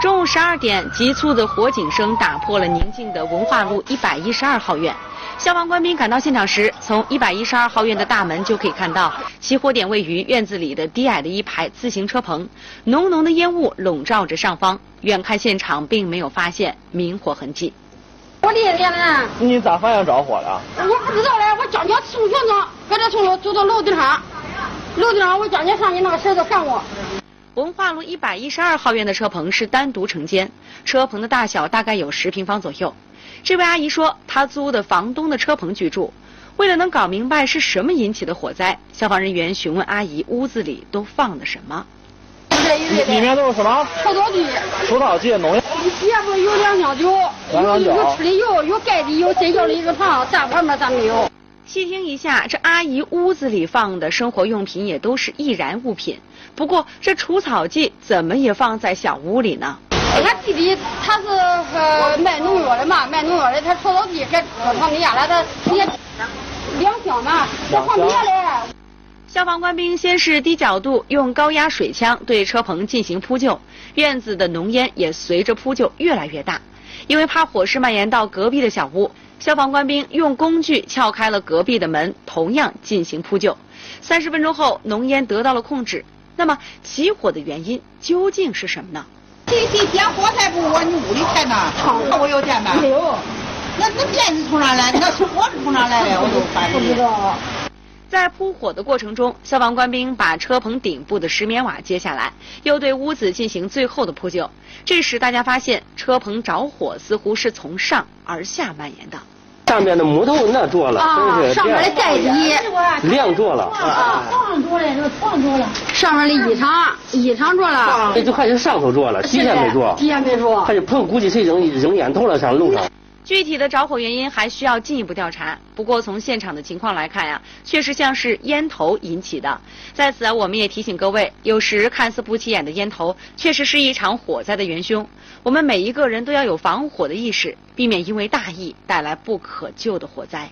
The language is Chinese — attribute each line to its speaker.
Speaker 1: 中午十二点，急促的火警声打破了宁静的文化路一百一十二号院。消防官兵赶到现场时，从一百一十二号院的大门就可以看到，起火点位于院子里的低矮的一排自行车棚，浓浓的烟雾笼罩着上方。远看现场，并没有发现明火痕迹。
Speaker 2: 我的天呐！
Speaker 3: 你咋发现着火了？
Speaker 2: 我不知道嘞，我江姐从院子，搁这从楼走到楼顶上，楼顶上我江姐上去那个婶子喊我。
Speaker 1: 文化路一百一十二号院的车棚是单独承建，车棚的大小大概有十平方左右。这位阿姨说，她租的房东的车棚居住。为了能搞明白是什么引起的火灾，消防人员询问阿姨屋子里都放的什么。
Speaker 2: 这一类
Speaker 3: 里
Speaker 2: 的
Speaker 3: 面都有什么？
Speaker 2: 除草剂，
Speaker 3: 除草剂、农药。
Speaker 2: 也不有两箱酒，
Speaker 3: 两箱酒
Speaker 2: 有有吃的油，有盖的油，真小的一个糖，咱旁边咱没有。
Speaker 1: 细听一下，这阿姨屋子里放的生活用品也都是易燃物品。不过这除草剂怎么也放在小屋里呢？
Speaker 2: 俺弟弟他是呃卖农药的嘛，卖农药的，他除草剂给搁他们家了，他也两箱嘛，这旁边嘞。
Speaker 1: 消防官兵先是低角度用高压水枪对车棚进行扑救，院子的浓烟也随着扑救越来越大。因为怕火势蔓延到隔壁的小屋，消防官兵用工具撬开了隔壁的门，同样进行扑救。三十分钟后，浓烟得到了控制。那么起火的原因究竟是什么呢？
Speaker 4: 这这点火才不我你屋里开呢，那我有电呢。
Speaker 2: 没有，
Speaker 4: 那那电是从哪来？那是火是从哪来的？我都烦
Speaker 2: 不知
Speaker 4: 了。
Speaker 2: 道。
Speaker 1: 在扑火的过程中，消防官兵把车棚顶部的石棉瓦揭下来，又对屋子进行最后的扑救。这时，大家发现车棚着火似乎是从上而下蔓延的。
Speaker 5: 上面的木头那着了，
Speaker 2: 啊
Speaker 5: 真，是
Speaker 2: 上面的盖衣，
Speaker 5: 亮着了啊，
Speaker 2: 上面的衣裳，衣裳着了，
Speaker 5: 哎这就还是上头着了，底下没着，
Speaker 2: 底下没着
Speaker 5: 还。是碰，估计是扔扔烟头了，上路上。
Speaker 1: 具体的着火原因还需要进一步调查。不过从现场的情况来看呀、确实像是烟头引起的。在此啊，我们也提醒各位，有时看似不起眼的烟头，确实是一场火灾的元凶。我们每一个人都要有防火的意识，避免因为大意带来不可救的火灾。